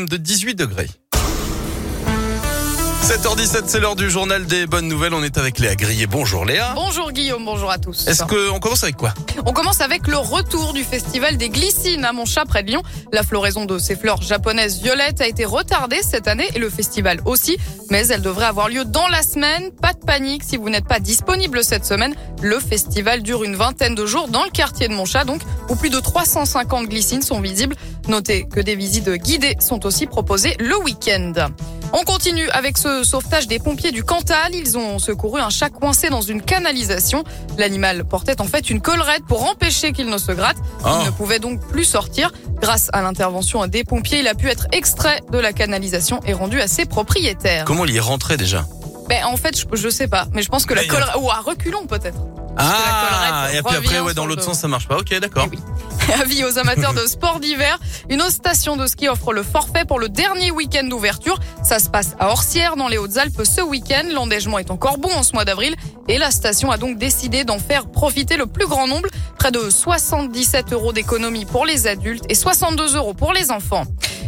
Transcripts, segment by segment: de 18 degrés. 7h17, c'est l'heure du journal des bonnes nouvelles. On est avec Léa Grillet. Bonjour Léa. Bonjour Guillaume, bonjour à tous. Est-ce qu'on commence avec quoi On commence avec le retour du festival des glycines à Montchat près de Lyon. La floraison de ces fleurs japonaises violettes a été retardée cette année et le festival aussi, mais elle devrait avoir lieu dans la semaine. Pas de panique si vous n'êtes pas disponible cette semaine. Le festival dure une vingtaine de jours dans le quartier de Montchat donc où plus de 350 glycines sont visibles. Notez que des visites guidées sont aussi proposées le week-end. On continue avec ce sauvetage des pompiers du Cantal. Ils ont secouru un chat coincé dans une canalisation. L'animal portait en fait une collerette pour empêcher qu'il ne se gratte. Oh. Il ne pouvait donc plus sortir. Grâce à l'intervention des pompiers, il a pu être extrait de la canalisation et rendu à ses propriétaires. Comment il y est rentré déjà Ben, en fait, je, je sais pas, mais je pense que la Mais il y a- collerette... Ou à reculons peut-être. Ah collerette Et puis après, revient ouais, dans sur l'autre le- sens, ça marche pas. Ok, d'accord. Eh Avis aux amateurs de sport d'hiver, une autre station de ski offre le forfait pour le dernier week-end d'ouverture. Ça se passe à Orsières, dans les Hautes-Alpes, ce week-end. L'enneigement est encore bon en ce mois d'avril et la station a donc décidé d'en faire profiter le plus grand nombre. Près de 77 euros d'économie pour les adultes et 62 euros pour les enfants.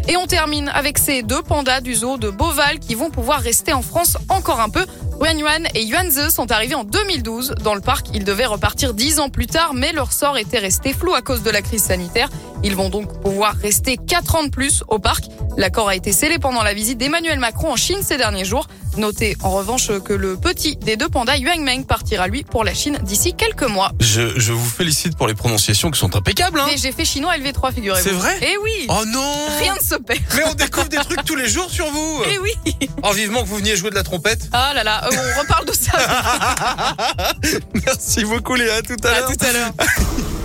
Et on termine avec ces deux pandas du zoo de Beauval qui vont pouvoir rester en France encore un peu. Wen Yuan et Yuan Ze sont arrivés en 2012 dans le parc. Ils devaient repartir dix ans plus tard, mais leur sort était resté flou à cause de la crise sanitaire. Ils vont donc pouvoir rester quatre ans de plus au parc. L'accord a été scellé pendant la visite d'Emmanuel Macron en Chine ces derniers jours. Notez en revanche que le petit des deux pandas, Yuan Meng, partira lui pour la Chine d'ici quelques mois. Je, je vous félicite pour les prononciations qui sont impeccables. Hein Et j'ai fait chinois LV3, figurez-vous. C'est vrai Eh oui Oh non Rien ne se perd. Mais on découvre des trucs tous les jours sur vous Eh oui Oh, vivement que vous veniez jouer de la trompette. Ah là là, euh, on reparle de ça. Merci beaucoup Léa, à tout à l'heure. à l'heure.